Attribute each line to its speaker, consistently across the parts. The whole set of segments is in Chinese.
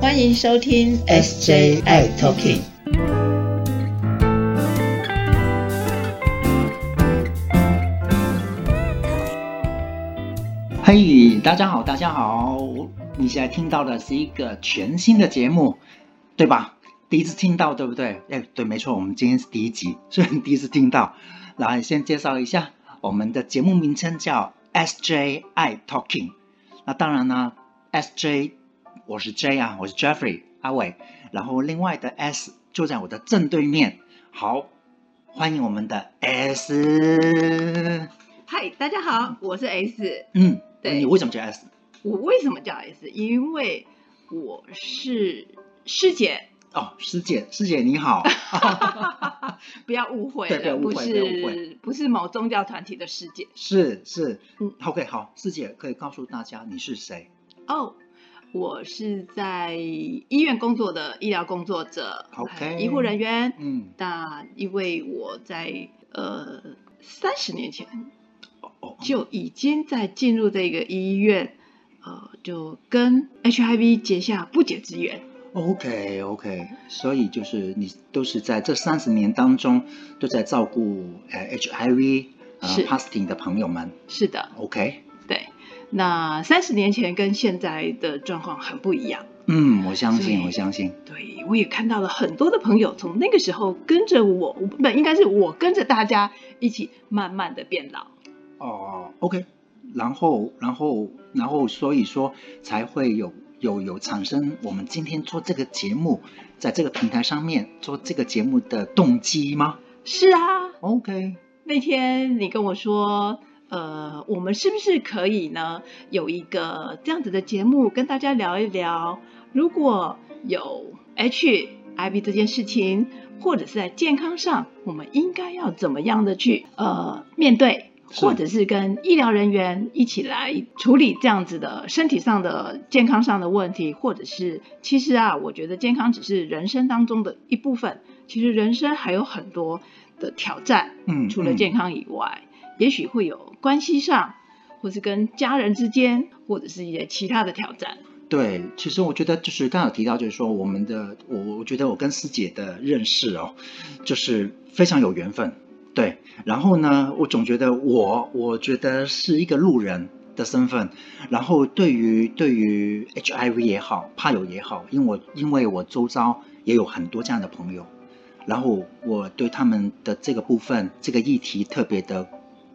Speaker 1: 欢迎收听 SJ I Talking。
Speaker 2: 嘿大家好，大家好！你现在听到的是一个全新的节目，对吧？第一次听到，对不对？哎，对，没错，我们今天是第一集，虽然第一次听到。来，先介绍一下我们的节目名称叫 SJ I Talking。那当然呢，SJ 我是 J 啊，我是 Jeffrey 阿伟，然后另外的 S 就在我的正对面。好，欢迎我们的 S。
Speaker 3: 嗨，大家好，我是 S。
Speaker 2: 嗯，
Speaker 3: 对
Speaker 2: 你为什么叫 S？
Speaker 3: 我为什么叫 S？因为我是师姐，
Speaker 2: 哦，师姐，师姐 你好。
Speaker 3: 不要误会
Speaker 2: 对不要
Speaker 3: 了，
Speaker 2: 误
Speaker 3: 不
Speaker 2: 会不要误会
Speaker 3: 是不是某宗教团体的师姐
Speaker 2: 是是，嗯
Speaker 3: 嗯
Speaker 2: ，OK，好，师姐可以告诉大家你是谁？
Speaker 3: 哦。我是在医院工作的医疗工作者呃
Speaker 2: OK
Speaker 3: 医护人员。
Speaker 2: 嗯，
Speaker 3: 那因为我在呃三十年前
Speaker 2: 哦哦，
Speaker 3: 就已经在进入这个医院，呃，就跟 HIV 结下不解之缘。
Speaker 2: OK OK，所以就是你都是在这三十年当中都在照顾呃 HIV 呃
Speaker 3: 是
Speaker 2: Pasting 的朋友们
Speaker 3: 是的，
Speaker 2: ，OK，
Speaker 3: 对，那三十年前跟现在的状况很不一样。
Speaker 2: 嗯，我相
Speaker 3: 所
Speaker 2: 信
Speaker 3: 以
Speaker 2: 我相信，
Speaker 3: 对，我也看到了很多的朋友从那个时候跟着我，不应该是我跟着大家一起慢慢的变老。
Speaker 2: 哦，OK，然后然后然后所以说才会有有有产生我们今天做这个节目，在这个平台上面做这个节目的动机吗
Speaker 3: 是啊，
Speaker 2: ？OK，
Speaker 3: 那天你跟我说，呃，我们是不是可以呢有一个这样子的节目跟大家聊一聊，如果有 HIV 这件事情，或者是在健康上，我们应该要怎么样的去呃面对，
Speaker 2: 是
Speaker 3: 或者是跟医疗人员一起来处理这样子的身体上的健康上的问题，或者是其实啊，我觉得健康只是人生当中的一部分，其实人生还有很多的挑战。
Speaker 2: 嗯，
Speaker 3: 除了
Speaker 2: 嗯
Speaker 3: 健康以外，也许会有关系上，或是跟家人之间，或者是一些其他的挑战。
Speaker 2: 对，其实我觉得就是刚刚有提到，就是说我们的我，我觉得我跟师姐的认识哦，就是非常有缘分。对，然后呢，我总觉得我，我觉得是一个路人的身份，然后对于对于 HIV 也好，怕友也好，因为我因为我周遭也有很多这样的朋友，然后我对他们的这个部分这个议题特别的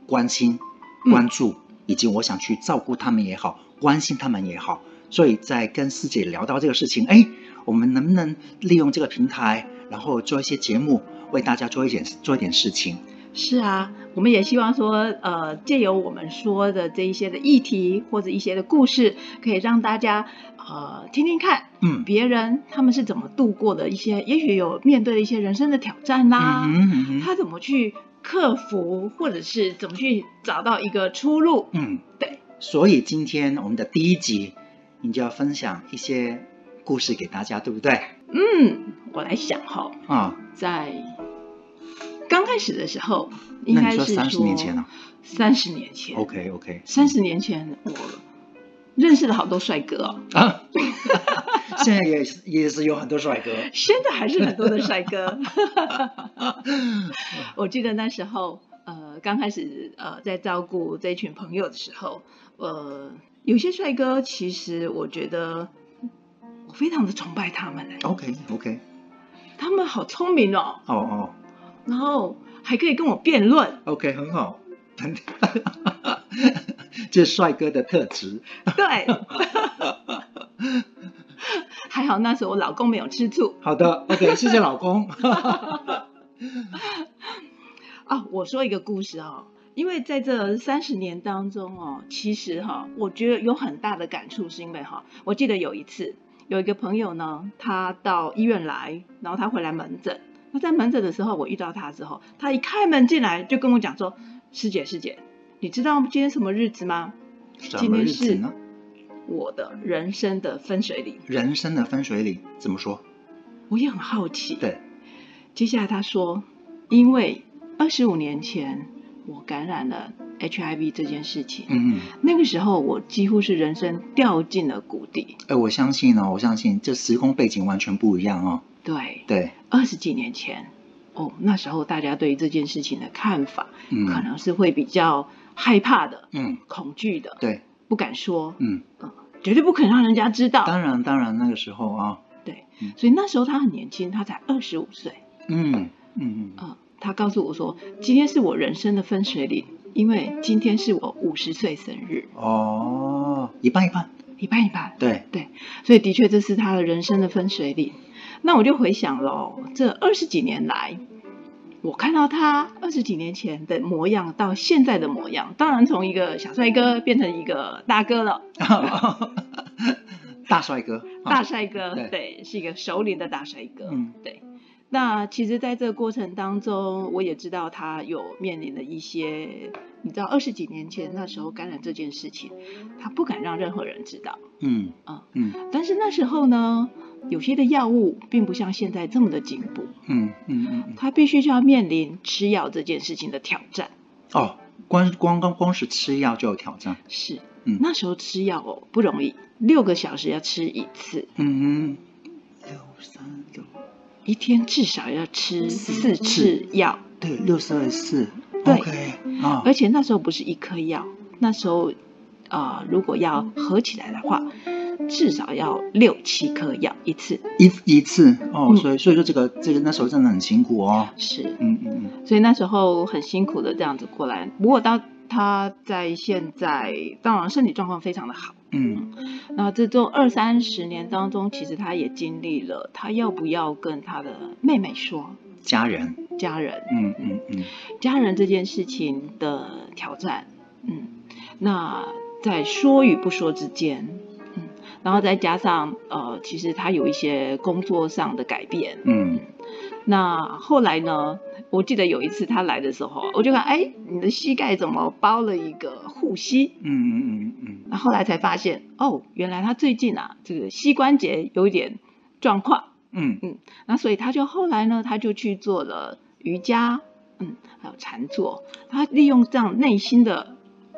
Speaker 2: 关心、
Speaker 3: 嗯
Speaker 2: 关注，以及我想去照顾他们也好，关心他们也好。所以在跟师姐聊到这个事情，哎，我们能不能利用这个平台，然后做一些节目，为大家做一点做一点事情？
Speaker 3: 是啊，我们也希望说，呃，借由我们说的这一些的议题或者一些的故事，可以让大家呃听听看
Speaker 2: 嗯，
Speaker 3: 别人他们是怎么度过的一些，也许有面对的一些人生的挑战啦，
Speaker 2: 嗯哼嗯哼
Speaker 3: 他怎么去克服，或者是怎么去找到一个出路。
Speaker 2: 嗯，
Speaker 3: 对。
Speaker 2: 所以今天我们的第一集，你就要分享一些故事给大家，对不对？
Speaker 3: 嗯，我来想哈、
Speaker 2: 啊、
Speaker 3: 在刚开始的时候，应
Speaker 2: 那
Speaker 3: 该
Speaker 2: 你
Speaker 3: 是
Speaker 2: 说三十年前了、
Speaker 3: 三十年前
Speaker 2: o k OK，
Speaker 3: 三十年前我认识了好多帅哥哦，
Speaker 2: 啊， 现在也是也是有很多帅哥，
Speaker 3: 现在还是很多的帅 哥。我记得那时候，呃，刚开始呃在照顾这群朋友的时候，呃，有些帅哥其实我觉得我非常的崇拜他们、哎
Speaker 2: OK OK，
Speaker 3: 他们好聪明哦，
Speaker 2: 哦哦
Speaker 3: 然后还可以跟我辩论。
Speaker 2: ，OK，很好， 很，这是帅哥的特质。
Speaker 3: 对， 还好那时候我老公没有吃醋
Speaker 2: 好的，OK，谢谢老公。
Speaker 3: 啊、我说一个故事哦，因为在这三十年当中哦，其实哈、我觉得有很大的感触，是因为哈、我记得有一次有一个朋友呢，他到医院来，然后他回来门诊。那在门诊的时候，我遇到他之后，他一开门进来就跟我讲说：“师姐，师姐，你知道今天什么日子吗？
Speaker 2: 什么日子呢？
Speaker 3: 我的人生的分水岭。
Speaker 2: 人生的分水岭怎么说？”
Speaker 3: 我也很好奇。
Speaker 2: 对，
Speaker 3: 接下来他说，因为二十五年前我感染了 HIV 这件事情，
Speaker 2: 嗯，
Speaker 3: 那个时候我几乎是人生掉进了谷底。
Speaker 2: 哎，我相信哦，我相信这时空背景完全不一样哦。
Speaker 3: 对，
Speaker 2: 对，
Speaker 3: 二十几年前，哦，那时候大家对于这件事情的看法，
Speaker 2: 嗯，
Speaker 3: 可，能是会比较害怕的、
Speaker 2: 嗯，
Speaker 3: 恐惧的，
Speaker 2: 对，
Speaker 3: 不敢说，
Speaker 2: 嗯，
Speaker 3: 绝对不肯让人家知道。
Speaker 2: 当然，当然，那个时候啊，
Speaker 3: 所以那时候他很年轻，他才二十五岁。
Speaker 2: 嗯嗯嗯，
Speaker 3: 啊、他告诉我说，今天是我人生的分水岭，因为今天是我五十岁生日，
Speaker 2: 哦，一半一半，
Speaker 3: 一半一半，
Speaker 2: 对，
Speaker 3: 所以的确这是他的人生的分水岭。那我就回想喽，这二十几年来，我看到他二十几年前的模样到现在的模样，当然从一个小帅哥变成一个大哥了，
Speaker 2: 大帅哥，啊
Speaker 3: 大，帅哥，
Speaker 2: 对
Speaker 3: 对，是一个熟龄的大帅哥。
Speaker 2: 嗯
Speaker 3: 那其实，在这个过程当中，我也知道他有面临的一些，你知道，二十几年前那时候感染这件事情，他不敢让任何人知道。
Speaker 2: 嗯
Speaker 3: 啊
Speaker 2: 嗯
Speaker 3: 但是那时候呢，有些的药物并不像现在这么的进步，
Speaker 2: 嗯嗯嗯嗯，
Speaker 3: 他必须就要面临吃药这件事情的挑战。
Speaker 2: 哦，光光光光是吃药就有挑战，
Speaker 3: 是，
Speaker 2: 嗯
Speaker 3: 那时候吃药哦不容易，六个小时要吃一次，
Speaker 2: 嗯哼，六三六，
Speaker 3: 一天至少要吃
Speaker 2: 四
Speaker 3: 四次药，
Speaker 2: 对，六十二四
Speaker 3: 对
Speaker 2: ，OK，啊，
Speaker 3: 而且那时候不是一颗药，那时候，呃，如果要合起来的话，至少要六七颗药一次。
Speaker 2: 一一次哦，
Speaker 3: 嗯
Speaker 2: 所以所以说这个这个那时候真的很辛苦哦，
Speaker 3: 是，
Speaker 2: 嗯嗯
Speaker 3: 所以那时候很辛苦的这样子过来。不过到他在现在，当然身体状况非常的好。
Speaker 2: 嗯
Speaker 3: 那这周二三十年当中，其实他也经历了，他要不要跟他的妹妹说
Speaker 2: 嗯，家人，
Speaker 3: 家人
Speaker 2: 嗯嗯嗯
Speaker 3: 家人这件事情的挑战，嗯，那在说与不说之间，嗯，然后再加上呃，其实他有一些工作上的改变。
Speaker 2: 嗯，
Speaker 3: 那后来呢，我记得有一次他来的时候，我就看，哎，你的膝盖怎么包了一个护膝？
Speaker 2: 嗯嗯嗯
Speaker 3: 那后来才发现，哦，原来他最近啊，这个膝关节有一点状况。
Speaker 2: 嗯嗯
Speaker 3: 那所以他就后来呢，他就去做了瑜伽，嗯，还有禅坐，他利用这样内心的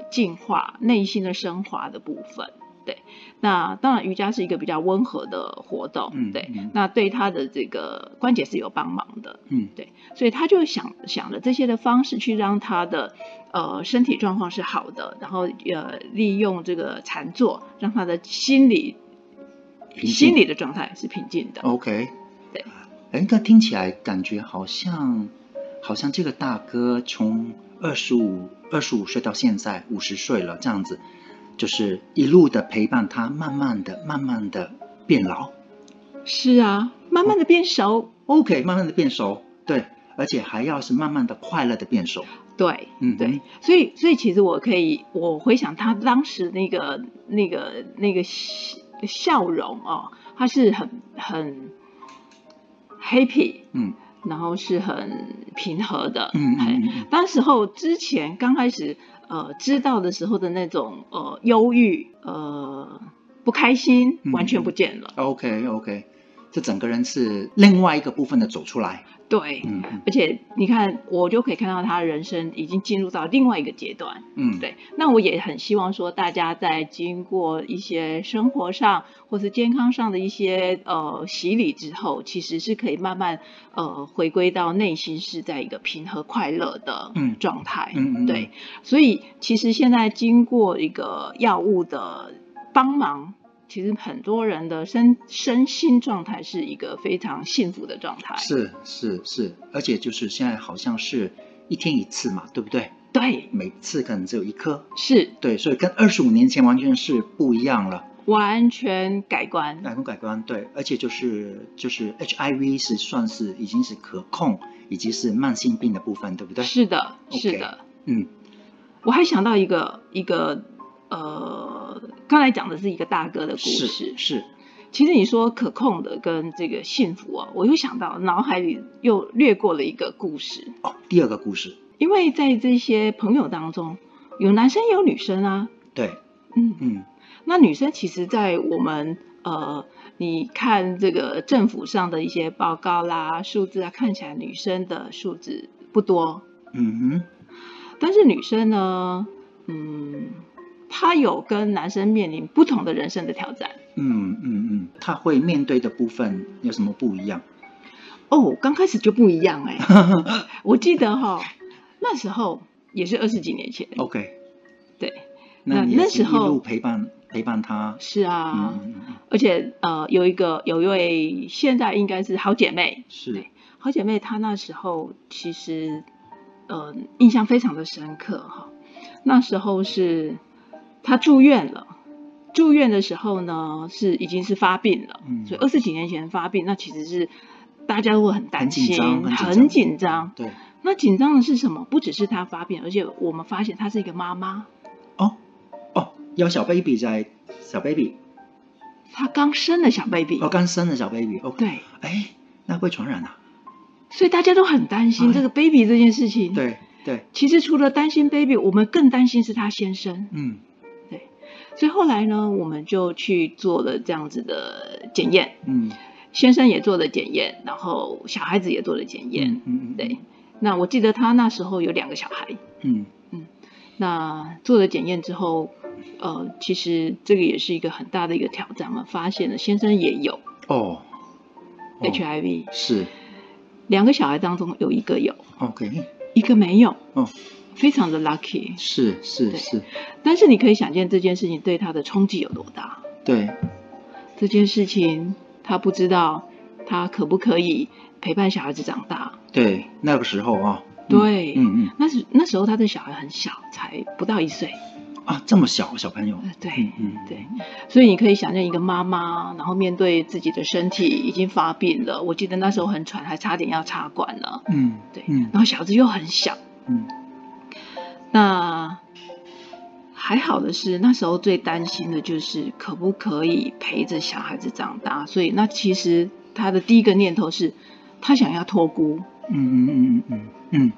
Speaker 3: 净化、内心的升华的部分。对，那当然瑜伽是一个比较温和的活动，
Speaker 2: 嗯
Speaker 3: 对
Speaker 2: 嗯，
Speaker 3: 那对他的这个关节是有帮忙的，
Speaker 2: 嗯，
Speaker 3: 对，所以他就想想了这些的方式去让他的呃身体状况是好的，然后呃利用这个禅坐让他的心理
Speaker 2: 平静哦
Speaker 3: 心理的状态是平静的，
Speaker 2: ，OK，
Speaker 3: 对，
Speaker 2: 哎，那听起来感觉好像好像这个大哥从二十五二十五岁到现在五十岁了，这样子，就是一路的陪伴他，慢慢的慢慢的变老
Speaker 3: 是啊，慢慢的变
Speaker 2: 哦
Speaker 3: 熟，
Speaker 2: ，OK，慢慢的变熟，对，而且还要是慢慢的快乐的变熟，
Speaker 3: 对，
Speaker 2: 嗯哼
Speaker 3: 对，所以所以其实我可以，我回想他当时那个那个那个笑笑容哦，他是很很 happy，
Speaker 2: 嗯
Speaker 3: 然后是很平和的，
Speaker 2: 嗯
Speaker 3: 很
Speaker 2: 嗯嗯
Speaker 3: 当时候之前刚开始呃知道的时候的那种呃忧郁呃不开心
Speaker 2: 嗯
Speaker 3: 完全不见了，
Speaker 2: ，OK OK，这整个人是另外一个部分的走出来，
Speaker 3: 对。
Speaker 2: 嗯嗯
Speaker 3: 而且你看，我就可以看到他人生已经进入到另外一个阶段，
Speaker 2: 嗯，
Speaker 3: 对，那我也很希望说，大家在经过一些生活上或是健康上的一些呃洗礼之后，其实是可以慢慢呃回归到内心是在一个平和快乐的
Speaker 2: 嗯
Speaker 3: 状态。
Speaker 2: 嗯嗯嗯
Speaker 3: 对，所以其实现在经过一个药物的帮忙。其实很多人的身身心状态是一个非常幸福的状态，
Speaker 2: 是是是，而且就是现在好像是一天一次嘛，对不对？
Speaker 3: 对，
Speaker 2: 每次可能只有一颗，
Speaker 3: 是
Speaker 2: 对，所以跟二十五年前完全是不一样了，
Speaker 3: 完全改观，
Speaker 2: 改观改观，对，而且就是就是 HIV 是算是已经是可控，以及是慢性病的部分，对不对？
Speaker 3: 是的，是
Speaker 2: OK
Speaker 3: 的，
Speaker 2: 嗯
Speaker 3: 我还想到一个一个呃，刚才讲的是一个大哥的故
Speaker 2: 是
Speaker 3: 事。
Speaker 2: 是，
Speaker 3: 其实你说可控的跟这个幸福啊，我又想到脑海里又略过了一个故事，
Speaker 2: 哦，第二个故事，
Speaker 3: 因为在这些朋友当中，有男生也有女生啊，
Speaker 2: 对，
Speaker 3: 嗯，
Speaker 2: 嗯
Speaker 3: 那女生其实，在我们呃，你看这个政府上的一些报告啦、数字啊，看起来女生的数字不多，
Speaker 2: 嗯哼，
Speaker 3: 但是女生呢，嗯，她有跟男生面临不同的人生的挑战。
Speaker 2: 嗯嗯嗯，他会面对的部分有什么不一样？
Speaker 3: 哦，刚开始就不一样哎、 我记得哈、那时候也是二十几年前，
Speaker 2: OK，
Speaker 3: 对，
Speaker 2: 那
Speaker 3: 那
Speaker 2: 你也
Speaker 3: 那
Speaker 2: 是
Speaker 3: 时
Speaker 2: 一路
Speaker 3: 候
Speaker 2: 陪伴陪伴他，
Speaker 3: 是啊，
Speaker 2: 嗯，嗯嗯
Speaker 3: 而且呃，有一个有一位现在应该是好姐妹，
Speaker 2: 是
Speaker 3: 对好姐妹她那时候其实呃印象非常的深刻哈、那时候是她住院了。住院的时候呢，是已经是发病了，
Speaker 2: 嗯
Speaker 3: 所以二十几年前发病，那其实是大家都会很
Speaker 2: 很
Speaker 3: 担
Speaker 2: 紧
Speaker 3: 心，
Speaker 2: 张很紧张
Speaker 3: 很紧张。
Speaker 2: 对
Speaker 3: 那紧张的是什么？不只是她发病，而且我们发现她是一个妈妈，
Speaker 2: 哦哦，有小 baby 在小 baby，
Speaker 3: 她刚生了小 baby，、
Speaker 2: 哦刚生的小 baby，OK，、
Speaker 3: 对，
Speaker 2: 哎，那会传染啊？
Speaker 3: 所以大家都很担
Speaker 2: 哎
Speaker 3: 心这个 baby 这件事情。，
Speaker 2: 对对，
Speaker 3: 其实除了担心 baby，我们更担心是她先生。
Speaker 2: 嗯
Speaker 3: 所以后来呢，我们就去做了这样子的检验，
Speaker 2: 嗯，
Speaker 3: 先生也做了检验，然后小孩子也做了检验。
Speaker 2: 嗯嗯嗯
Speaker 3: 对，那我记得她那时候有两个小孩，
Speaker 2: 嗯
Speaker 3: 那做了检验之后，呃，其实这个也是一个很大的一个挑战。我们发现了先生也有
Speaker 2: 哦哦
Speaker 3: HIV，、
Speaker 2: 是
Speaker 3: 两个小孩当中有一个有，
Speaker 2: OK，
Speaker 3: 一个没有，
Speaker 2: 哦
Speaker 3: 非常的 lucky。
Speaker 2: 是是
Speaker 3: 对
Speaker 2: 是，
Speaker 3: 但是你可以想见这件事情对他的冲击有多大。
Speaker 2: 对，
Speaker 3: 这件事情他不知道他可不可以陪伴小孩子长大。
Speaker 2: 对，那个时候啊，嗯
Speaker 3: 对
Speaker 2: 嗯
Speaker 3: 那时那时候他的小孩很小，才不到一岁，
Speaker 2: 嗯啊，这么小小朋友，
Speaker 3: 呃对、
Speaker 2: 嗯嗯，
Speaker 3: 对，所以你可以想象一个妈妈，然后面对自己的身体已经发病了，我记得那时候很喘，还差点要插管了，
Speaker 2: 嗯
Speaker 3: 对，
Speaker 2: 嗯
Speaker 3: 然后小孩子又很小，
Speaker 2: 嗯
Speaker 3: 那还好的是，那时候最担心的就是可不可以陪着小孩子长大，所以那其实他的第一个念头是，他想要托孤，
Speaker 2: 嗯嗯嗯嗯嗯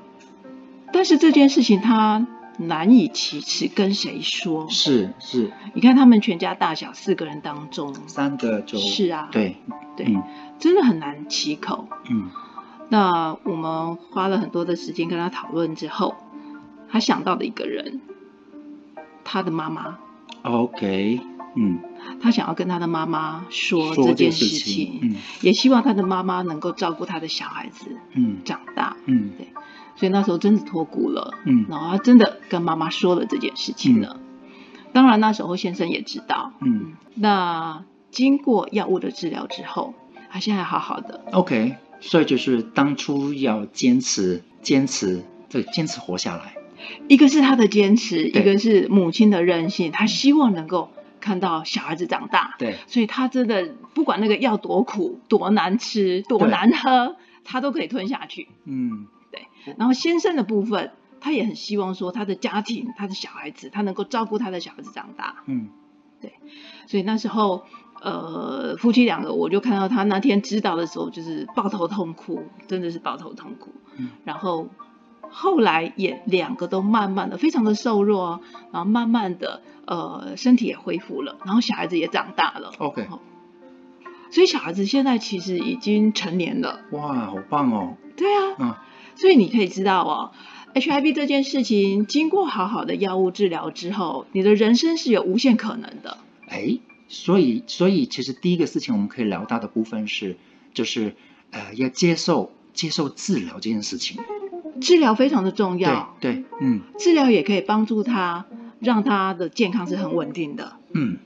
Speaker 3: 但是这件事情他难以启齿跟谁说
Speaker 2: 嗯，。是是，
Speaker 3: 你看他们全家大小四个人当中，
Speaker 2: 三个就是
Speaker 3: 啊
Speaker 2: 对
Speaker 3: 对，
Speaker 2: 嗯
Speaker 3: 真的很难启口。
Speaker 2: 嗯
Speaker 3: 那我们花了很多的时间跟他讨论之后，他想到的一个人，他的妈妈。
Speaker 2: ，OK，嗯，
Speaker 3: 他想要跟他的妈妈说
Speaker 2: 说
Speaker 3: 这
Speaker 2: 这
Speaker 3: 件
Speaker 2: 个事
Speaker 3: 事情，
Speaker 2: 嗯
Speaker 3: 也希望他的妈妈能够照顾他的小孩子
Speaker 2: 嗯
Speaker 3: 长大。
Speaker 2: 嗯
Speaker 3: 所以那时候真的脱骨了，
Speaker 2: 嗯
Speaker 3: 然后他真的跟妈妈说了这件事情了。当然那时候先生也知道。
Speaker 2: 嗯
Speaker 3: 那经过药物的治疗之后，他现在好好的，
Speaker 2: ，OK，所以就是当初要坚持坚持，对，坚持活下来，
Speaker 3: 一个是他的坚持，
Speaker 2: 对
Speaker 3: 一个是母亲的任性，他希望能够看到小孩子长大。
Speaker 2: 对
Speaker 3: 所以他真的不管那个药多苦、多难吃、多
Speaker 2: 对
Speaker 3: 难喝，他都可以吞下去。
Speaker 2: 嗯
Speaker 3: 然后先生的部分，他也很希望说他的家庭、他的小孩子，他能够照顾他的小孩子长大。
Speaker 2: 嗯
Speaker 3: 所以那时候，呃，夫妻两个，我就看到他那天知道的时候，就是抱头痛哭，真的是抱头痛哭。
Speaker 2: 嗯
Speaker 3: 然后后来也两个都慢慢的，非常的瘦弱哦，然后慢慢的，呃，身体也恢复了，然后小孩子也长大了。
Speaker 2: ，OK，
Speaker 3: 所以小孩子现在其实已经成年了。
Speaker 2: 哇，好棒哦，
Speaker 3: 对啊，
Speaker 2: 嗯
Speaker 3: 所以你可以知道哦，HIV 这件事情经过好好的药物治疗之后，你的人生是有无限可能的。
Speaker 2: 哎，所以所以其实第一个事情我们可以聊到的部分是，就是呃要接受接受治疗这件事情，
Speaker 3: 治疗非常的重
Speaker 2: 对
Speaker 3: 要，
Speaker 2: 对，嗯
Speaker 3: 治疗也可以帮助他，让他的健康是很稳定的。
Speaker 2: 嗯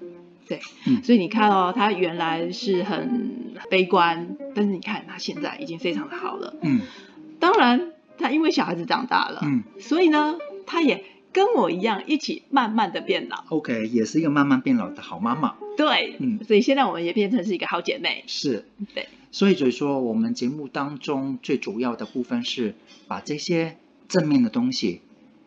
Speaker 3: 所以你看哦，他原来是很悲观，但是你看他现在已经非常的好了。
Speaker 2: 嗯
Speaker 3: 当然，他因为小孩子长大了，
Speaker 2: 嗯
Speaker 3: 所以呢，他也跟我一样一起慢慢的变老。
Speaker 2: ，OK，也是一个慢慢变老的好妈妈，
Speaker 3: 对，
Speaker 2: 嗯
Speaker 3: 所以现在我们也变成是一个好姐妹。
Speaker 2: 是。
Speaker 3: 对，
Speaker 2: 所以就是说，我们节目当中最主要的部分是把这些正面的东西、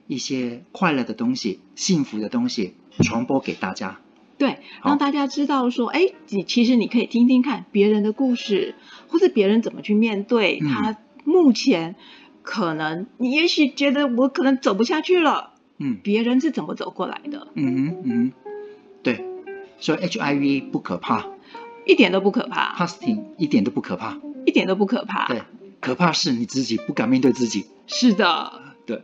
Speaker 2: 一些快乐的东西、幸福的东西传播给大家。
Speaker 3: 对，
Speaker 2: 好
Speaker 3: 让大家知道说，哎，你其实你可以听听看别人的故事，或是别人怎么去面对
Speaker 2: 嗯
Speaker 3: 他目前可能，你也许觉得我可能走不下去了，
Speaker 2: 嗯
Speaker 3: 别人是怎么走过来的，
Speaker 2: 嗯哼嗯哼，对。所以 HIV 不可怕
Speaker 3: 一点都不可怕，
Speaker 2: ，Pasting 一点都不可怕。
Speaker 3: 一点都不可怕。
Speaker 2: 对，可怕是你自己不敢面对自己。
Speaker 3: 是的，
Speaker 2: 对，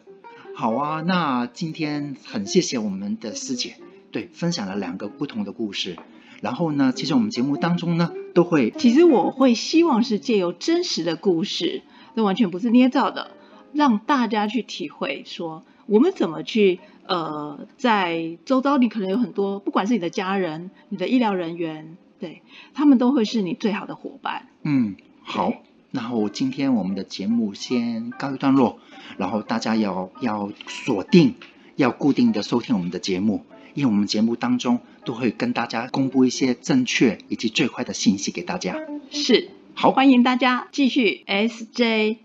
Speaker 2: 好啊，那今天很谢谢我们的师姐，对，分享了两个不同的故事。然后呢，其实我们节目当中呢，都会
Speaker 3: 其实我会希望是借由真实的故事，那完全不是捏造的，让大家去体会说我们怎么去呃，在周遭你可能有很多，不管是你的家人、你的医疗人员，对他们都会是你最好的伙伴。
Speaker 2: 嗯，好，然后今天我们的节目先告一段落，然后大家要要锁定，要固定的收听我们的节目，因为我们节目当中都会跟大家公布一些正确以及最快的信息给大家。
Speaker 3: 是，
Speaker 2: 好
Speaker 3: 欢迎大家继续 SJI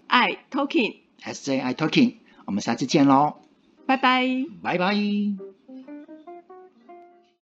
Speaker 3: Talking，
Speaker 2: ，SJI Talking，我们下次见喽，
Speaker 3: 拜拜。
Speaker 2: 拜拜。